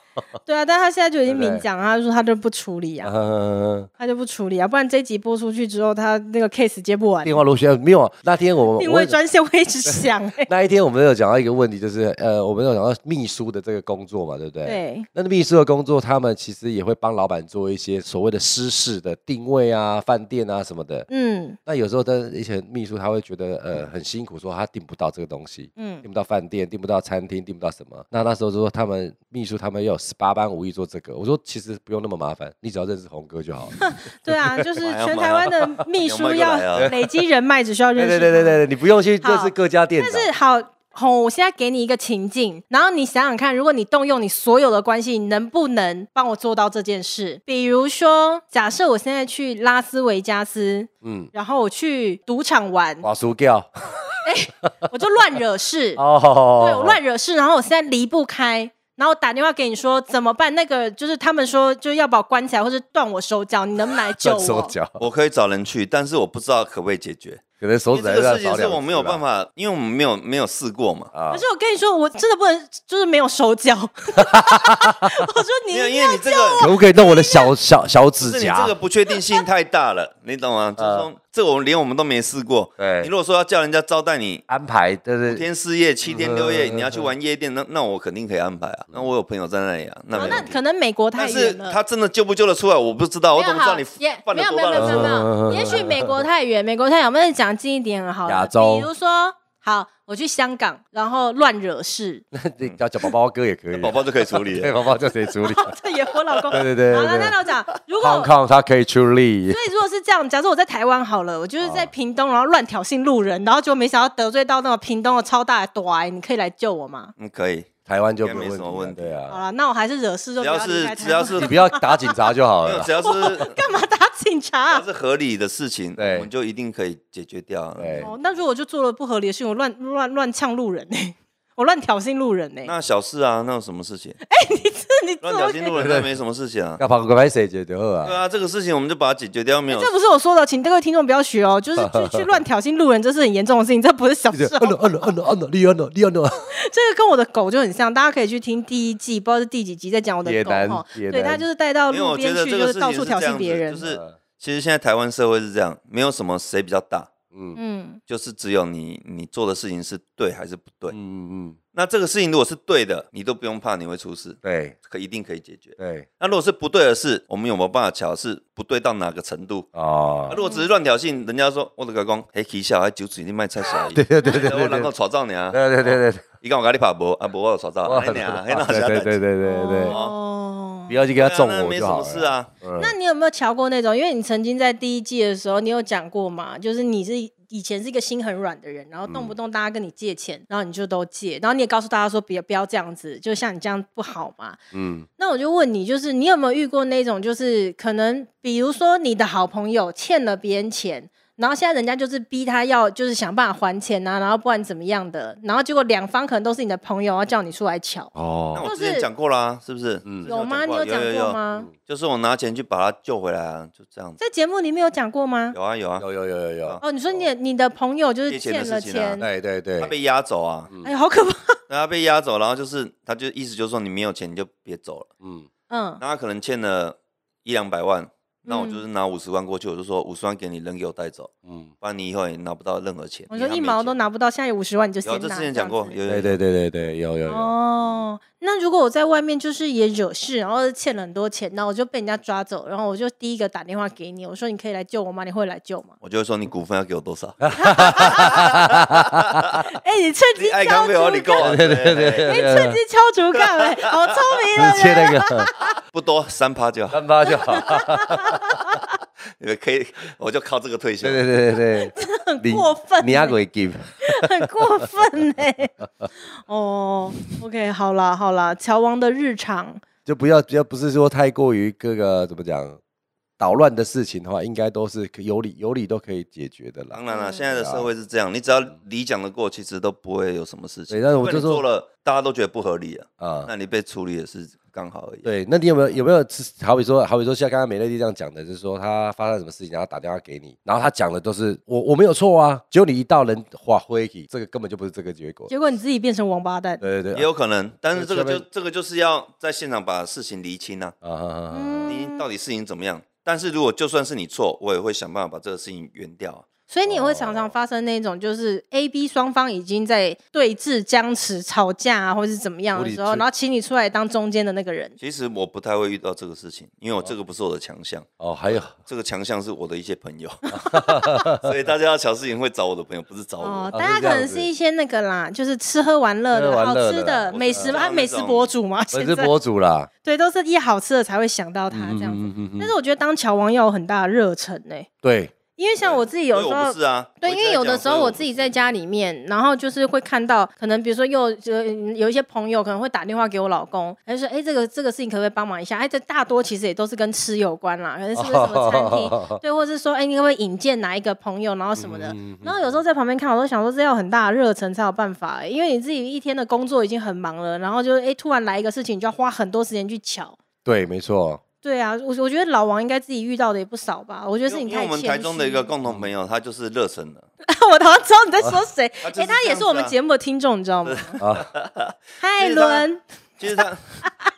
B: 对啊，但他现在就已经
A: 对不对
B: 明讲啊，他就说他就不处理啊，
A: 嗯，
B: 他就不处理啊，不然这集播出去之后，他那个 case 接不完，
A: 电话螺旋没有啊。那天我们
B: 定
A: 我
B: 位专线会一直响、 欸。
A: 那一天我们有讲到一个问题，就是呃，我们有讲到秘书的这个工作嘛，对不对？。
B: 对，
A: 那秘书的工作，他们其实也会帮老板做一些所谓的私事的定位啊、饭店啊什么的。
B: 嗯
A: 那有时候的一些秘书他会觉得呃很辛苦，说他订不到这个东西，
B: 嗯
A: 订不到饭店，订不到餐厅，订不到什么。那那时候就说他们秘书他们有十八般武艺做这个，我说其实不用那么麻烦，你只要认识红哥就好 了。
B: 对啊，就是
A: 哎
C: 买啊
B: 全
C: 买啊
B: 台湾的秘书
C: 有卖过来
B: 要
C: 啊
B: 累积人脉，只需要认
A: 对
B: 识。
A: 对对对。对，你不用去
B: 好
A: 认识各家店
B: 但
A: 长。
B: 是好。吼！我现在给你一个情境，然后你想想看，如果你动用你所有的关系，你能不能帮我做到这件事？比如说，假设我现在去拉斯维加斯，
A: 嗯，
B: 然后我去赌场玩，
A: 瓦苏掉
B: 我就乱惹 事，
A: 哦，
B: 对我乱惹事，然后我现在离不开，然后我打电话给你说怎么办？那个就是他们说就是要把我关起来，或者断我手脚，你能不能来救
A: 断手
B: 我？
A: 脚，
C: 我可以找人去，但是我不知道可不可以解决。
A: 可能手
C: 因
A: 指
C: 为
A: 还
C: 这个
A: 要
C: 事情
A: 少
C: 是
A: 两
C: 我没有办
A: 法
C: 法，因为我们没有没有试过嘛。
A: 啊
B: 可。是我跟你说，我真的不能，就是没有手 脚。我说你
C: 没有，
B: 一定
C: 因为
B: 要
C: 你这个
A: 可不可以弄我的小小小指
C: 是你
A: 甲
C: 这个？不确定性太大了，你懂吗？就是说，这我们连我们都没试过。
A: 嗯对
C: 你如果说要叫人家招待你
A: 安排对
C: 五
A: 对对，
C: 天四夜、七天六夜，
A: 嗯
C: 你要去玩夜店，那那我肯定可以安排啊。那我有朋友在那里啊，那
B: 哦
C: 没
B: 那
C: 问题。
B: 可能美国太
C: 但是
B: 远了。
C: 他真的救不救得出来，我不知道，我
B: 没有
C: 怎么知道
B: 好
C: 你
B: 也
C: 犯
B: 没
C: 了
B: 有
C: 多
B: 没有
C: 大
B: 没有没
C: 的错？
B: 有没
A: 嗯嗯嗯
B: 有，
A: 嗯
B: 也许美国太远，美国太远，我们讲近一点好了。
A: 亚洲
B: 比如说，好，我去香港，然后乱惹 事，
A: 那叫叫宝宝哥也可以，
C: 宝宝就可以处理
A: 对
C: 了。
A: 宝宝叫谁处理？
B: 这也我老公。
A: 对对对
B: 好了，
A: 对对
B: 那我讲，如果
A: 康康他可以处理，
B: 所以如果是这样，假设我在台湾好了，我就是在屏东，然后乱挑衅路人，然后就没想到得罪到那种屏东的超大的短，你可以来救我吗？
C: 嗯，可以，
A: 台湾就
C: 应该
A: 没
C: 没
A: 问题
C: 什么
A: 了，
C: 问题
A: 对
B: 好
A: 啊，
B: 了，那我还是惹事就
C: 只
B: 不要
C: 要
B: 离
C: 是
B: 开台湾
C: 只要 是
A: 你不要打警察就好
C: 没
A: 了
C: 有
A: 啦
C: 只。要是
B: 干嘛打警察
C: 只
B: 啊、
C: 要是合理的事情，
A: 对
C: 我们就一定可以解决掉啊。
A: 对
B: 哦，那如果我就做了不合理的事情，我乱乱乱呛路人呢、欸我乱挑衅路人呢、
C: 那小事啊，那有什么事情？
B: 哎这 你
C: 乱
B: 怎
C: 挑
B: 么
C: 衅路人那没什么事情啊。
A: 要把乖乖谁解决好
C: 对
A: 啊？
C: 啊，这个事情我们就把它解决掉，没有
B: 哎这不是我说的，请各位听众不要学哦，就是 去去乱挑衅路人，这是很严重的事情，这不是小事、
A: 就是
B: 哦。
A: 按了按了按了按了，立按了立按了。
B: 这个跟我的狗就很像，大家可以去听第一季，不知道是第几集，在讲我的
A: 野
B: 狗
A: 男
B: 哈。
A: 野
B: 对，
A: 男
B: 它就是带到
C: 因为
B: 路
C: 我觉
B: 边
C: 得
B: 去，
C: 这
B: 就
C: 个
B: 是
C: 事
B: 到
C: 情
B: 处
C: 是
B: 挑
C: 这
B: 衅
C: 样
B: 别
C: 子，
B: 人。
C: 就是其实现在台湾社会是这样，没有什么谁比较大，
A: 嗯
B: 嗯，
C: 就是只有你你做的事情是对还是不对。
A: 嗯嗯，
C: 那这个事情如果是对的，你都不用怕你会出事，
A: 对
C: 可一定可以解决。
A: 对
C: 那如果是不对的事，我们有没有办法瞧是不对到哪个程度？
A: 啊
C: 啊、如果只是乱挑衅，人家说我的老公，嘿，起笑，还酒嘴你 卖菜小对
A: 啊对对对对
C: 我
A: 对
C: 能够
A: 对
C: 吵到你啊！
A: 对对对，
C: 伊讲我跟你拍无，啊无我有吵到，
A: 哇
C: 哎你 啊，嘿那
A: 对对对对对对，
B: 哦
A: 不。要去给他中我
C: 没
A: 就
C: 什
A: 好
C: 么事
A: 了。
C: 啊。
B: 那你有没有瞧过那种？因为你曾经在第一季的时候，你有讲过嘛，就是你是以前是一个心很软的人，然后动
A: 嗯
B: 不动大家跟你借钱，然后你就都借，然后你也告诉大家说别不要这样子，就像你这样不好嘛。
A: 嗯，
B: 那我就问你，就是你有没有遇过那种，就是可能比如说你的好朋友欠了别人钱，然后现在人家就是逼他要，就是想办法还钱啊，然后不然怎么样的，然后结果两方可能都是你的朋友，要叫你出来瞧，
C: 那
A: 哦，
C: 我之
B: 就是
C: 前讲过啦，是不是？
A: 嗯
C: 之前
B: 有吗？你有讲
C: 有嗯
B: 过？吗？
C: 就是我拿钱去把他救回来啊，就这样子。
B: 在节目里面有讲过吗？
C: 有啊有啊，
A: 有有有有有，
B: 哦，你说你的你的朋友就是欠了
C: 借钱的事
B: 钱，
C: 情啊哎
A: 对对
C: 他
A: 对，
C: 被押走啊，
A: 嗯
B: 哎呀，好可怕。
C: 那他被押走，然后就是他就意思就是说你没有钱你就别走了，
A: 嗯
B: 嗯
C: 那他可能欠了一两百万，那我就是拿五十万过去，我就说五十万给你，人给我带走，
A: 嗯，
C: 不然你以后也拿不到任何钱。
B: 我说
C: 你
B: 哦
C: 还
B: 一
C: 没
B: 毛
C: 钱
B: 都拿不到，现在有五十万你就先
C: 有啊
B: 拿。
C: 这之前讲过，
B: 啊这样
C: 有
B: 子
C: 有
A: 对对对对对，有有有，
B: 哦，那如果我在外面就是也惹事，然后欠了很多钱，然后我就被人家抓走，然后我就第一个打电话给你，我说你可以来救我吗？你会来救
C: ？
B: 吗
C: 我就会说你股份要给我多少？
B: 哎、你趁机
C: 你爱
B: 敲
C: 康没有？你
B: 竹
C: 够
B: 杠，
C: 了，对对对，
B: 哎、趁机敲竹 杠、哎，好聪明
A: 只
B: 的
A: 切
B: 人。
A: 那 个
C: 不多三趴就好，
A: 三八就好，
C: 你们可以，我就靠这个退 休
A: 对。对对对对，很
B: 过分
A: 你阿鬼 give，
B: 很过分哎、哦、o k 好啦好啦，乔王的日常，
A: 就不要不要不是说太过于各个怎么讲捣乱的事情的话，应该都是可有理有理都可以解决的啦
C: 当。然了，
B: 嗯
C: 现在的社会是这样，你只要理讲得过，其实都不会有什么事情。
A: 对但是我
C: 因为
A: 就
C: 你
A: 说
C: 做了，大家都觉得不合理啊，
A: 啊、
C: 那你被处理也是刚好而已。
A: 对，那你有没有有没有好比说好比说像刚刚美乐蒂这样讲的，就是说他发生什么事情，然后打电话给你，然后他讲的都是我我没有错啊，结果你一到人划灰体，这个根本就不是这个结果。
B: 结果你自己变成王八蛋。
A: 对对
C: 也
A: 对，
C: 有可能，但是这个
A: 对
C: 就
A: 这
C: 这个就是要在现场把事情厘清啊，
A: 啊啊啊啊啊
C: 你
B: 嗯，
C: 到底事情怎么样？但是如果就算是你错，我也会想办法把这个事情圆掉啊。
B: 所以你也
A: 哦
B: 会常常发生那种，就是 A、B 双方已经在对峙、僵持、吵架啊，或是怎么样
A: 无
B: 的
A: 理
B: 时候，
A: 之
B: 然后请你出来当中间的那个人。
C: 其实我不太会遇到这个事情，因为我这个不是我的强项，
A: 哦，还有
C: 这个强项是我的一些朋友， 所以大家要小事情会找我的朋友，不是找我。
B: 哦，
A: 啊
B: 大
A: 是这
B: 家可
A: 样
B: 能
A: 子
B: 是一些那个啦，就是吃喝玩乐
A: 吃
B: 的
A: 喝玩
B: 好
A: 乐
B: 吃
A: 的
B: 的
A: 我
B: 美
C: 知
B: 食
C: 道
B: 嘛，啊
C: 那
B: 美食
C: 种
B: 博主嘛，
A: 粉
B: 现
A: 丝
B: 在
A: 博主啦，
B: 对，都是一好吃的才会想到他
A: 嗯
B: 这样子。
A: 嗯嗯嗯
B: 但是我觉得当乔王要有很大的热忱呢、
A: 对，
B: 因为像我自己有
C: 所
B: 时
C: 以我
B: 候
C: 不是啊，
B: 对，
C: 我
B: 因
C: 一直
B: 为
C: 在
B: 有的
C: 讲
B: 时候
C: 所以
B: 我
C: 不
B: 自己
C: 是
B: 在家里面，然后就是会看到，可能比如说又呃有一些朋友可能会打电话给我老公，他就说：“哎、这个这个事情可不可以帮忙一下？”哎、这大多其实也都是跟吃有关啦，可能是不是什么餐厅？
C: 哦
B: 对，或者是说，哎、你可不可以引荐哪一个朋友，然后什么的。
C: 嗯
A: 嗯
B: 然后有时候在旁边看，我都想说，这要很大的热忱才有办法、哎因为你自己一天的工作已经很忙了，然后就是哎、突然来一个事情，你就要花很多时间去瞧。
A: 对，没错，
B: 对啊，我我觉得老王应该自己遇到的也不少吧。我觉得是
C: 因为
B: 你
C: 因为
B: 太
C: 我们
B: 谦
C: 台中的一
B: 虚嗯
C: 个共同朋友，他就是热忱的，
B: 我好像知道你在说谁，
C: 他就
B: 哎、
C: 是
B: 他
C: 这
B: 也
C: 样
B: 是我
C: 子
B: 们
C: 啊
B: 节目的听众，你知道吗？
A: 啊
B: 嗨，
C: 其实他
B: 伦，
C: 其实他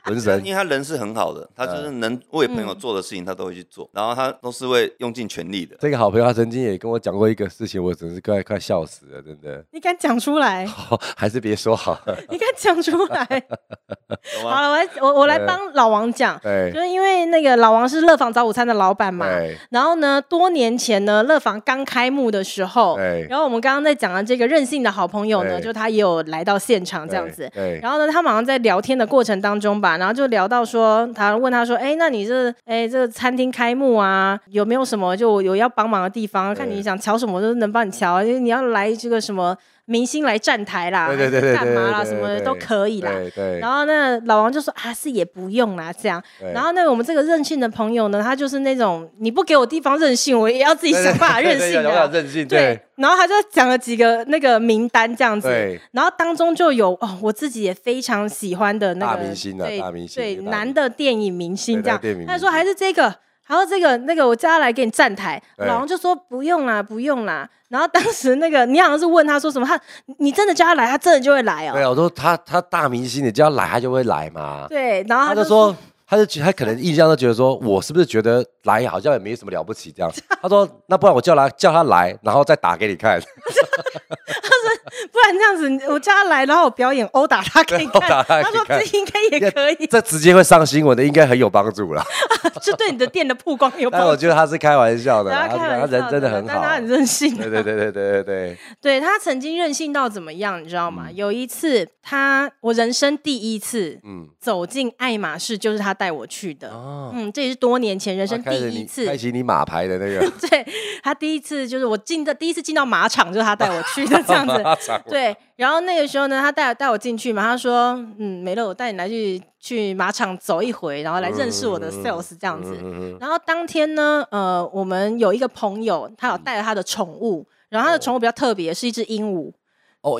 A: 文
C: 他
A: 神
C: 因为他人是很好的，他就是能为朋
B: 嗯
C: 友做的事情，他都会去做，然后他都是会用尽全力的。
A: 这个好朋友，他曾经也跟我讲过一个事情，我真是快快笑死了，真的，
B: 你敢讲出来？
A: 哦、还是别说好了，
B: 你敢讲出 来？
C: 懂
B: 好
C: 吗？
B: 了，我来，我我来
A: 对
B: 帮老王讲，
A: 对
B: 就。是因为那个老王是乐坊早午餐的老板嘛。
A: 对，
B: 然后呢，多年前呢，乐坊刚开幕的时候
A: 对，
B: 然后我们刚刚在讲的这个任性的好朋友呢，
A: 对
B: 就他也有来到现场这样子。
A: 对，
B: 然后呢，他们好像在聊天的过程当中吧，然后就聊到说，他问他说，哎，那你这，哎，这个餐厅开幕啊，有没有什么就有要帮忙的地方？看你
A: 对
B: 想瞧什么，都能帮你瞧。因为你要来这个什么明星来站台啦，
A: 对对对对
B: 还是干嘛啦，
A: 对
B: 什
A: 对
B: 么
A: 对
B: 的都可以啦。
A: 对对，
B: 然后那老王就说啊，是也不用啦，这样。
A: 对
B: 然后那个我们这个任性的朋友呢，他就是那种你不给我地方任性，我也要自己想办法任性的啊。
A: 任性，
B: 对，然后他就讲了几个那个名单这样子
A: 对，
B: 然后当中就有哦，我自己也非常喜欢的那个
A: 大明星啊
B: 对
A: 大明星
B: 对
A: 大明星
B: 男的电影明星这样
A: 对大电影，
B: 他
A: 明
B: 说
A: 星
B: 还是这个。还有这个那个，我叫他来给你站台，
A: 对
B: 老王就说不用啦，不用啦。然后当时那个你好像是问他说什么，他你真的叫他来，他真的就会来
A: 对
B: 哦。
A: 啊，我说他他大明星，你叫他来，他就会来嘛。
B: 对，然后
A: 他
B: 他
A: 就说，他就觉他可能印象都觉得说，我是不是觉得来好像也没什么了不起这样？ 他说，那不然我叫来叫他来，然后再打给你看，
B: 不然这样子，我叫他来，然后我表演殴打他给你 看。
A: 殴哦打他
B: 他
A: 给
B: 说
A: 你看
B: 这应该也可 以，
A: 这直接会上新闻的，应该很有帮助啦。
B: 这对你的店的曝光有帮
A: 但
B: 助。
A: 我觉得他是开玩笑的啦，
B: 大
A: 他
B: 家
A: 是
B: 开玩笑
A: 他人真的很
B: 但
A: 好。
B: 他很任性 啊。
A: 对对对对对对对，
B: 对他曾经任性到怎么样，你知道吗？有一次，他我人生第一次
A: 嗯，
B: 走进爱马仕，就是他带我去的。
A: 哦，
B: 嗯，这也是多年前人生
A: 他开着
B: 第一
A: 你
B: 次
A: 开。启你马牌的那个
B: 对他第一次就是我进的第一次进到马场，就是他带我去的这样 子。
A: 马场，
B: 对，然后那个时候呢，他带带我进去嘛，他说，嗯，没了，我带你来去去马场走一回，然后来认识我
A: 嗯
B: 的 sales 这样子。
A: 嗯嗯
B: 然后当天呢，呃，我们有一个 朋友，他有带了他的宠物，然后他的宠物比较特别，是一只鹦鹉。
A: 哦，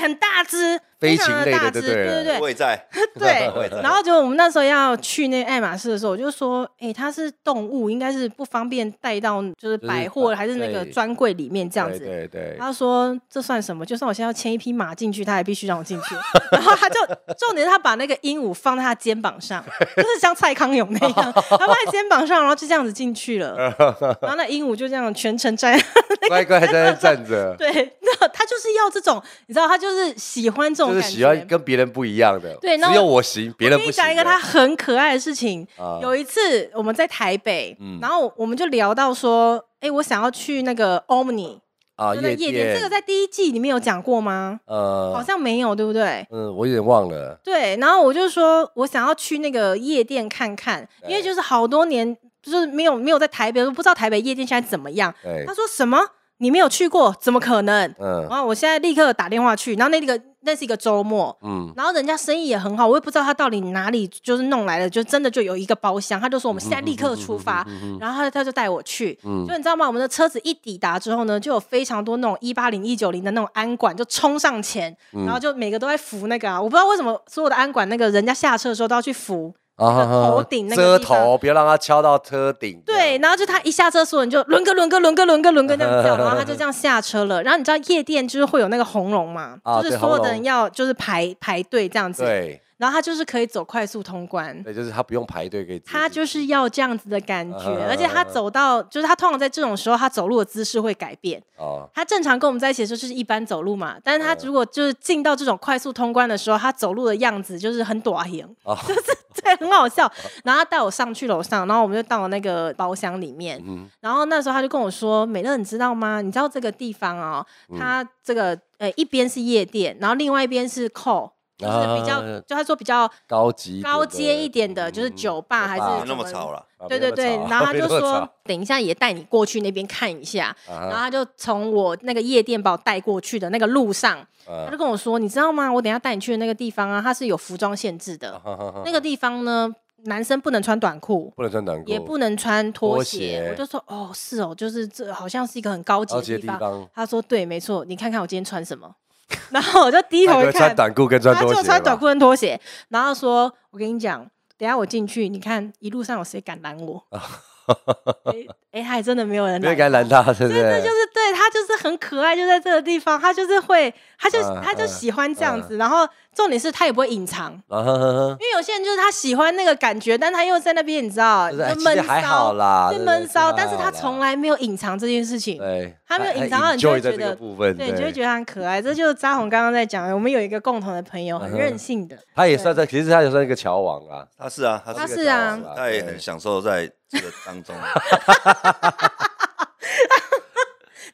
B: 很大只，
A: 飞
B: 非
A: 禽
B: 常的
A: 类的
B: 大
A: 就
B: 只，
A: 对
B: 对
A: 了
B: 对对，
C: 我也在，
B: 对
C: 我也在，
B: 然后就我们那时候要去那爱马仕的时候，我就说，哎、它是动物，应该是不方便带到就是
A: 就是
B: 百货
A: 把
B: 还是那个
A: 对
B: 专柜里面这样子。
A: 对对对，
B: 他说：“这算什么？就算我现在要牵一匹马进去，他也必须让我进去。” 然后他就重点是他把那个鹦鹉放在他肩膀 上，就是像蔡康永那样，他放在肩膀上，然后就这样子进去 了。然后那鹦鹉就这样全程站
A: 乖乖在那站着，
B: 对，那他就是要这种，你知道，他就是喜欢这种
A: 就是
B: 感觉。
A: 喜欢跟别人不一样的，
B: 对那
A: 只有
B: 我
A: 我行，别人
B: 跟
A: 不
B: 你
A: 行的。
B: 讲一个他很可爱的事情。
A: 啊
B: 有一次我们在台北，
A: 嗯
B: 然后我们就聊到说，哎、我想要去那个 Omni，
A: 啊
B: 就那夜店，这个在第一季里面有讲过吗？好
A: 呃
B: 像没有，对不对？
A: 嗯，我有点忘了，
B: 对，然后我就说我想要去那个夜店看看，因为
A: 对
B: 就是好多年就是没有没有在台北，不知道台北夜店现在怎么样。
A: 对
B: 他，说什么？你没有去过，怎么可能？
A: 哎嗯
B: 然后我现在立刻打电话去，然后那个那是一个周末，
A: 嗯
B: 然后人家生意也很好，我也不知道他到底哪里就是弄来的，就真的就有一个包厢，他就说我们现在立刻出发，然后他他就带我去，
A: 嗯
B: 就你知道吗？我们的车子一抵达之后呢，就有非常多那种一八零一九零的那种安管就冲上前，然后就每个都在扶那个啊，我不知道为什么所有的安管那个人家下车的时候都要去扶，
A: 啊哈哈
B: 头顶那个
A: 遮
B: 地方
A: 头，不要让它敲到车顶。
B: 对，，然后就他一下车，所有人就轮哥轮哥轮哥轮哥轮哥那样叫，然后他就这样下车了。然后你知道夜店就是会有那个红龙嘛，
A: 啊
B: 就
A: 对
B: 是所有
A: 红
B: 的
A: 龙
B: 人要就是排排队这样子，
A: 对
B: 然后他就是可以走快速通关。
A: 对，就是他不用排队可以直接进去。
B: 他就是要这样子的感觉，
A: 啊
B: 而且他走到，就是他通常在这种时候，他走路的姿势会改变。
A: 哦，
B: 他正常跟我们在一起的时候就是一般走路嘛，但是
A: 啊
B: 他如果就是进到这种快速通关的时候，他走路的样子就是很短型，
A: 哦
B: 就是对，很好笑。然后他带我上去楼上，然后我们就到那个包厢里面，
A: 嗯
B: 然后那时候他就跟我说：“美乐，你知道吗？你知道这个地方哦，
A: 嗯
B: 它这个呃一边是夜店，然后另外一边是扣。”就是比较，
A: 啊
B: 就他说比较
A: 高级
B: 高阶一点的，就是酒吧还是
A: 啊
C: 没那么
B: 什
C: 吵了，
A: 嗯啊
B: 对
A: 没
B: 对
A: 那么
B: 对，
A: 吵
B: 然后 他
A: 没
B: 就
A: 那么
B: 说
A: 吵，
B: 等一下也带你过去那边看一下。然后
A: 啊
B: 他就从我那个夜店把我带过去的那个路上，
A: 啊
B: 他就跟我说：“你知道吗？我等一下带你去的那个地方啊，它是有服装限制的。
A: 哈
B: 那个地方呢，男生不能穿短裤，
A: 不能穿啊短裤，
B: 也不能穿拖
A: 拖
B: 鞋。
A: 鞋
B: 我就说：“哦，是哦，就是这好像是一个很高级
A: 高级
B: 的
A: 的
B: 地
A: 地
B: 方。
A: 方，
B: 他说：“对，没错，你看看我今天穿什么。” 然后我就低头
A: 那
B: 一
A: 个穿
B: 看，
A: 短裤跟穿
B: 他
A: 拖
B: 就
A: 鞋，
B: 穿短，裤跟拖鞋，然后说：“我跟你讲，等一下我进去，你看一路上有谁敢 拦我？”哎、哎，还真的没有人
A: 没有
B: 拦。
A: 敢拦他，对不
B: 这
A: 对？
B: 就是对他就是很可爱，就在这个地方，他就是会，他就、
A: 嗯
B: 他就
A: 嗯
B: 喜欢这样子。然后重点是他也不会隐藏，
A: 啊哈哈哈，
B: 因为有些人就是他喜欢那个感觉，但他又在那边你知道，
A: 就是哎
B: 就
A: 其实
B: 闷
A: 还好
B: 骚，
A: 啦，
B: 就
A: 对
B: 闷骚，但是他从
A: 从
B: 来没有隐藏这件事情。
A: 对，
B: 他没有
A: 还
B: 隐藏到
A: 还
B: 你就会
A: enjoy 在
B: 觉
A: 这个
B: 得
A: 部分，
B: 对，你就会觉得他很可爱。这就是扎红刚刚在讲的，我们有一个共同的朋友，很
A: 嗯哼
B: 任性的。
A: 他也算在，其实他也算一个乔王啊，
C: 他是啊，他
B: 他
C: 是
B: 是
C: 个
A: 一个
B: 啊
A: 乔王
C: 他也
A: 对
C: 很享受在这个 当中，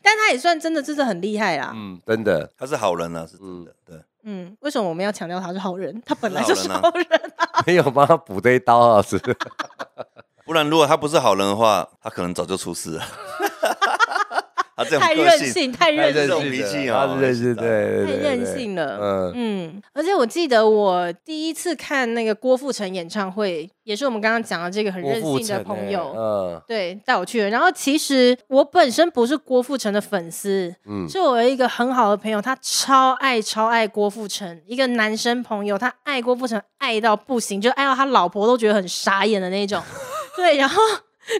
B: 但他也算真的，真的很厉害啦。
A: 嗯，真的，
C: 他是好人啊，是真的，对，
B: 嗯，为什么我们要强调他是好人？他本来就是好人 啊。
A: 没有帮他补这一刀啊，是
C: 不然如果他不是好人的话，他可能早就出事了。 他这种
B: 太
C: 个
B: 任
C: 性，
B: 性，太任
C: 任
B: 性，
C: 性脾气
A: 啊，
C: 哦
A: 任性，对对
B: 太
A: 对，
B: 任
A: 对
B: 性了。
A: 嗯，
B: 嗯，而且我记得我第一次看那个郭富城演唱会，也是我们刚刚讲的这个很
A: 郭
B: 任
A: 富
B: 性的
A: 城
B: 朋
A: 欸
B: 友，
A: 嗯
B: 对，带我去了。然后其实我本身不是郭富城的粉丝，
A: 嗯
B: 是我有一个很好的朋友，他超爱超爱郭富城，一个男生朋友，他爱郭富城爱到不行，就爱到他老婆都觉得很傻眼的那 种。对，然后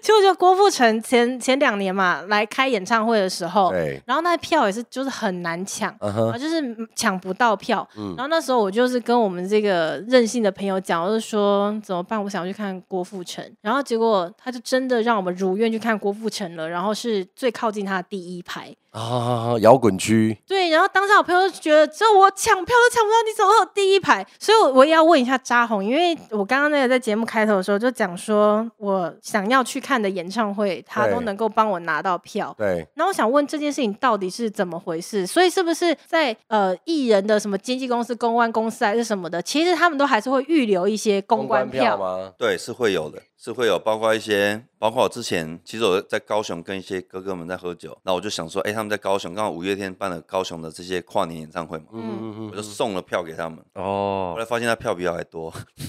B: 就就郭富城前前两年嘛来开演唱会的时候，
A: 对，
B: 然后那票也是就是很难抢。
A: 嗯
B: 啊，
A: 哼，嗯
B: 就是抢不到票。然后那时候我就是跟我们这个任性的朋友讲，我就说怎么办？我想要去看郭富城。然后结果他就真的让我们如愿去看郭富城了，然后是最靠近他的第一排。
A: 啊，摇滚区，
B: 对，然后当下我朋友就觉得，这我抢票都抢不到，你怎么会有第一排？所以我，我也要问一下扎红，因为我刚刚那个在节目开头的时候就讲说，我想要去看的演唱会，他
A: 对
B: 都能够帮我拿到票。
A: 对，
B: 那我想问这件事情到底是怎么回事？所以是不是在呃艺人的什么经纪公司、公关公司还是什么的，其实他们都还是会预留一些公关票？
A: 吗？
C: 对，是会有的，是会有，包括一些，包括我之前，其实我在高雄跟一些哥哥们在喝酒，那我就想说，哎、他们在高雄，刚好五月天办了高雄的这些跨年演唱会嘛，
B: 嗯
A: 嗯
C: 我
A: 嗯
C: 就送了票给他们，后
A: 哦，
C: 来发现他票比我还多，
B: 真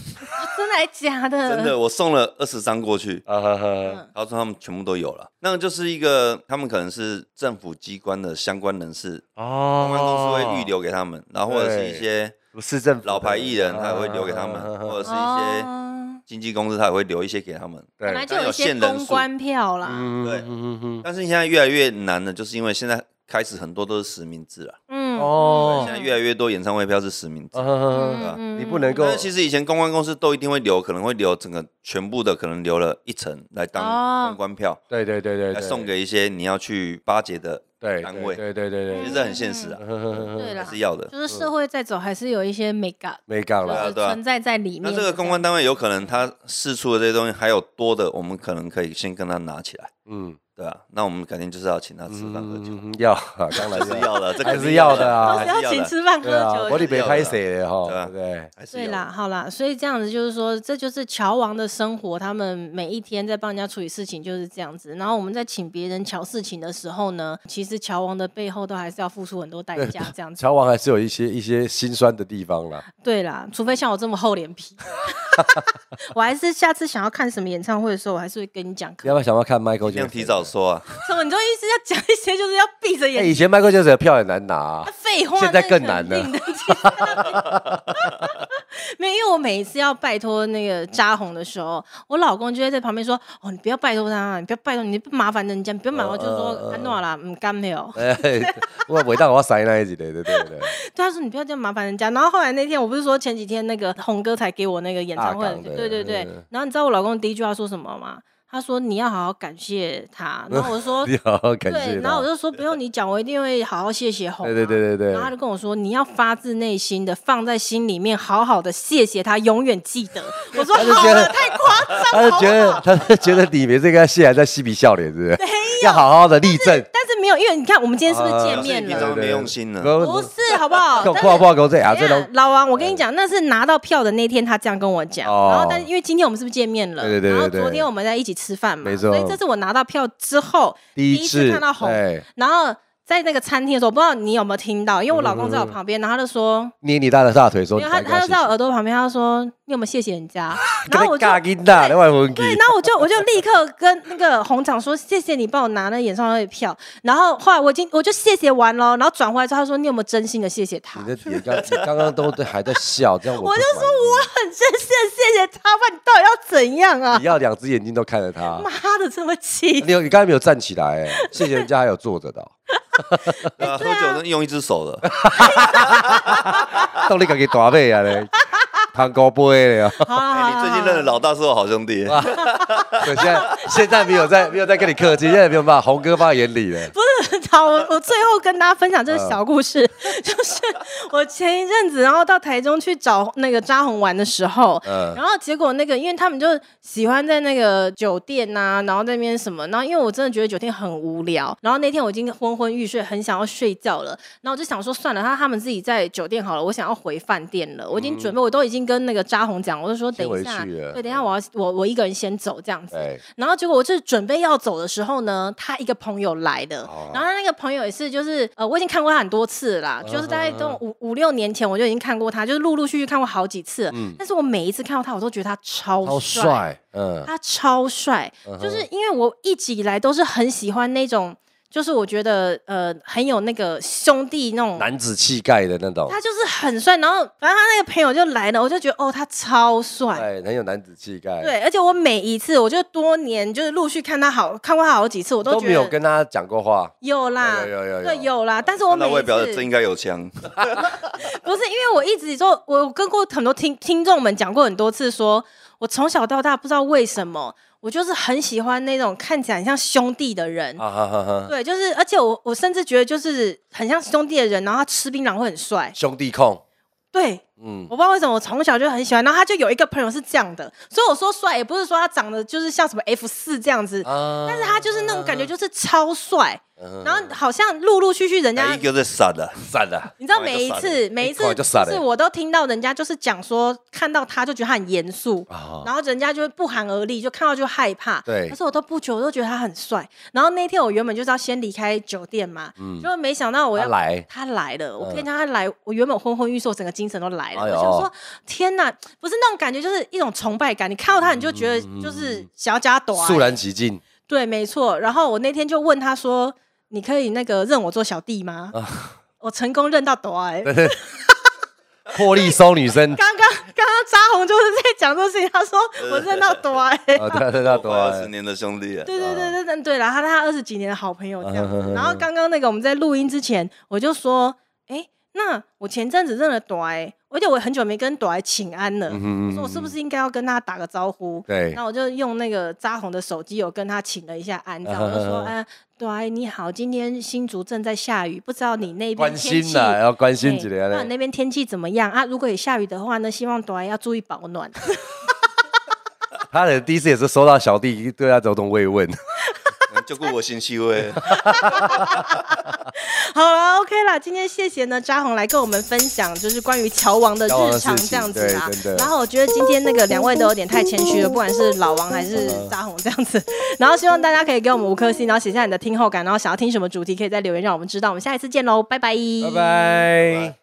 B: 真的还假的？
C: 真的，我送了二十张过去，
A: 啊哈哈，
B: 嗯，
C: 他说他们全部都有了。那个就是一个，他们可能是政府机关的相关人士，
A: 哦
C: 公关公司会预留给他们，然后或者是一些
A: 市政府的
C: 老牌艺人，他也会留给他们，
A: 啊
C: 或者是一些
B: 哦，
C: 经纪公司，他也会留一些给他们。
B: 本来
A: 对，
B: 就有一些公关票啦，
A: 嗯
C: 对
A: 嗯嗯
C: 但是现在越来越难了，就是因为现在开始很多都是实名制了，
B: 嗯，
A: 哦
C: 现在越来越多演唱会票是实名制
A: 嗯，。啊
C: 对啊
B: 嗯
A: 你不能够
C: 但是其实以前公关公司都一定会留，可能会留整个全部的，可能留了一层来
B: 哦
C: 当公关票，
A: 对对对对
C: 来
A: 对，
C: 送给一些你要去巴结的，
A: 对
C: 单位
A: 对对对嗯对
C: 其实这很现实啊，
A: 对呵呵呵
B: 对
A: 呵，
B: 啦
C: 还是要的。嗯
B: 就是社会在走，还是有一些美感，
A: 没杠
B: 就
A: 了，
C: 啊
B: 是
C: 对啊
B: 存在在里面。
C: 那这个公关单位有可能他试出的这些东西还有多的，我们可能可以先跟他拿起来，
A: 嗯，
C: 对啊，那我们肯定就是要请他吃饭喝酒，
A: 嗯嗯要啊，当然
C: 还是
A: 要，
C: 要的，这
A: 还
C: 肯定
A: 是要的
B: 都
A: 啊
B: 是
C: 还
B: 要
C: 是要
B: 请
C: 的，
B: 吃饭喝
A: 对啊，
B: 酒
A: 我得
B: 的。
A: 别拍谁的
C: 对
A: 哈，对
C: 啊
A: 不对？
C: 还是
B: 对
C: 要
B: 啦，
C: 的。
B: 好啦，所以这样子就是说，这就是乔王的生活，他们每一天在帮人家处理事情就是这样子。然后我们在请别人乔事情的时候呢，其实乔王的背后都还是要付出很多代价，这样子。
A: 乔王还是有一些一些心酸的地方啦，
B: 对啦，除非像我这么厚脸 皮， 我还是下次想要看什么演唱会的时候，我还是会跟你讲。
A: 要不要想要看 Michael
C: 尽量
A: Jackson？
C: 提早说啊，
B: 什么？你就一直要讲一些，就是要闭着
A: 哎，
B: 眼。
A: 以前 Michael Jackson 的票很难拿啊，
B: 废话，
A: 现在
B: 那
A: 更
B: 肯
A: 难了
B: 定的。其实 没有，因为我每一次要拜托那个扎红的时候，我老公就会在旁边说：“哦，你不要拜托他，你不要拜托，你不麻烦人家，你不要麻烦。”
A: 嗯
B: 就是说
A: 嗯嗯
B: 安诺啦，嗯，干没有。
A: 哎，我伟大我要塞那一集的，对对对，
B: 对，他说你不要这样麻烦人家。然后后来那天，我不是说前几天那个红哥才给我那个演唱会
A: 大，港的
B: 对对对
A: 嗯。
B: 然后你知道我老公第一句话说什么吗？他说你要好好感谢他。然后我说
A: 你好 好感
B: 对
A: 谢，
B: 然后我
A: 他。
B: 就说不用你讲，我一定会好好谢谢红、啊。
A: 对对对对对
B: 然后他就跟我说，你要发自内心的放在心里面，好好的谢谢他，永远记 得。我说
A: 他就
B: 好
A: 觉得
B: 了，太夸张
A: 他
B: 了，
A: 就
B: 好不
A: 觉得，
B: 好？
A: 他就觉得你每次跟他谢还在嬉皮笑脸，是不是？要好好的立正。
B: 但是没有，因为你看我们今天是不是
A: 啊
B: 见面
C: 你
B: 了？
C: 平常没用心呢，
A: 不
B: 不是，好 不好？
A: 这种
B: 但是
A: 挂挂狗这啊，
B: 等
A: 这
B: 一下
A: 种
B: 老王，我跟你讲，那是拿到票的那天，他这样跟我讲。
A: 哦
B: 然后，但是因为今天我们是不是见面了？
A: 对对对对
B: 然后
A: 对
B: 昨天我们在一起吃饭嘛，
A: 没错
B: 所以这是我拿到票之后
A: 第
B: 第一
A: 一
B: 次
A: 次
B: 看到红
A: 对，
B: 然后在那个餐厅的时候，我不知道你有没有听到，因为我老公
A: 嗯
B: 在我旁边，然后他就说，
A: 捏你大的大腿说，
B: 因为他
A: 你才
B: 他就
A: 跟
B: 在我
A: 他
B: 耳朵旁边，他就说你有没有谢谢人 家？
A: 跟
B: 然后我就
A: 他尬音大，另外文
B: 对，然后我就我就立刻跟那个红长说谢谢你帮我拿那演唱会票，然后后来我已经我就谢谢完了，然后转回来之后他说你有没有真心的谢谢他？
A: 你的脸刚你刚刚都对还在笑，这样我
B: 我就说
A: 我
B: 很真心的谢谢他，不然你到底要怎样啊
A: 你？要两只眼睛都看着他。
B: 妈的，这么气！
A: 你有你刚才没有站起来，哎，谢谢人家还有坐着的哦，
C: 对啊喝酒能用一只手的，
A: 到你自己大背啊嘞，糖糕杯哦 了。
B: 好啦好
C: 哎
B: 啦
C: 你最近认的老大是我好兄弟，
A: 对，现在现在没有在没有在跟你客气，现在没有把红哥放在眼里了。
B: 好，我我最后跟大家分享
C: 嗯
B: 这个小故事， 就是我前一阵子，然后到台中去找那个扎红玩的时候，
A: 嗯
B: 然后结果那个，因为他们就喜欢在那个酒店呐、然后在那边什么，然后因为我真的觉得酒店很无聊，然后那天我已经昏昏欲睡，很想要睡觉了，然后我就想说算了，他他们自己在酒店好了，我想要回饭店了，我已经准备，我都已经跟那个扎红讲，我就说
A: 先
B: 等一
A: 回
B: 下，
A: 去了
B: 对，等一下我要我我一个人先走这样子，
A: 对，
B: 然后结果我就是准备要走的时候呢，他一个朋友来的，
A: 哦
B: 然后他那个朋友也是就是呃，我已经看过他很多次啦，
A: 嗯
B: 就是大概都五五六年前我就已经看过他，就是陆陆续续看过好几次，但是我每一次看到他，我都觉得他超
A: 嗯超
B: 帅，
A: 帅，嗯，
B: 他超帅，就是因为我一直以来都是很喜欢那种，就是我觉得呃很有那个兄弟那种
A: 男子气概的那种，
B: 他就是很帅，然后反正他那个朋友就来了，我就觉得哦，他超帅，
A: 对，很有男子气概。，
B: 对，而且我每一次，我就多年就是陆续看他好看过他好几次，我
A: 都
B: 觉
A: 没
B: 得
A: 有跟他讲过话。
B: 有啦，
A: 有有有有哦
B: 对有啦。但是我
C: 看
B: 每
C: 到
B: 一
C: 外
B: 次
C: 表的真应该有枪，
B: 不是因为我一直说，我跟过很多听听众们讲过很多次说，我从小到大不知道为什么，我就是很喜欢那种看起来很像兄弟的人。
A: 啊哈哈哈，
B: 对，就是，而且我我甚至觉得就是很像兄弟的人，然后他吃槟榔会很帅。
A: 兄弟控，
B: 对，
A: 嗯，
B: 我不知道为什么我从小就很喜欢，然后他就有一个朋友是这样的，所以我说帅也不是说他长得就是像什么 F 四这样子，
A: 啊
B: 但是他就是那种感觉就是超帅，
A: 嗯
B: 然后好像陆陆续续人
C: 哪
B: 家
C: 哎一，个在闪的？
A: 散了，
B: 你知道每一次每一
A: 一
B: 次
A: 块就傻了哎
B: 就是我都听到人家就是讲说看到他就觉得他很严肃。
A: 啊，
B: 然后人家就会不寒而栗，就看到就害怕。
A: 对
B: 可是我都不觉，我都觉得他很帅。然后那天我原本就是要先离开酒店嘛，结果没想到我
A: 嗯他
B: 要
A: 来，
B: 他来了，我
A: 嗯
B: 跟你讲，他来，我原本昏昏欲睡，我整个精神都来来了。
A: 哎呦
B: 我想说，天哪，不是那种感觉，就是一种崇拜感。你看到他，你就觉得
A: 嗯
B: 就是想要加朵、
A: 肃然起敬，
B: 对，没错。然后我那天就问他说：“你可以那个认我做小弟吗？”
A: 啊
B: 我成功认到朵哎、
A: 破例收女生
B: 刚刚刚刚扎红就是在讲这个事情，他说我认到朵
A: 啊，
B: 哎、
A: 对对对嗯
C: 快
A: 对，
C: 二十年的兄弟 了，
B: 对对对
A: 啊
B: 对对对啦，他他二十几年的好朋友这样
A: 嗯哼哼
B: 子。
A: 哼
B: 然后刚刚那个我们在录音之前，我就说，哎，那我前阵子认了朵儿，而且我很久没跟朵儿请安了，
A: 嗯
B: 我说我是不是应该要跟他打个招呼？
A: 对
B: 那我就用那个扎红的手机，有跟他请了一下安，这样
A: 嗯
B: 我
A: 哼
B: 就说，
A: 哼
B: 嗯，朵儿你好，今天新竹正在下雨，不知道你那边
A: 关心
B: 天气
A: 呐，要关心
B: 哎
A: 几年
B: 那
A: 嘞，
B: 你那边天气怎么样啊？如果有下雨的话呢，希望朵儿要注意保暖。
A: 他的第一次也是收到小弟对他走动慰问，
C: 嗯就顾我心气味。
B: 好了，OK 啦，今天谢谢呢，扎红来跟我们分享，就是关于乔王的日常这样子
A: 乔王
B: 啊
A: 的事情对真的。
B: 然后我觉得今天那个两位都有点太谦虚了，不管是老王还
A: 嗯
B: 是扎红这样子。然后希望大家可以给我们五颗星，然后写下你的听后感，然后想要听什么主题，可以在留言让我们知道。我们下一次见喽，拜拜，
A: 拜。拜。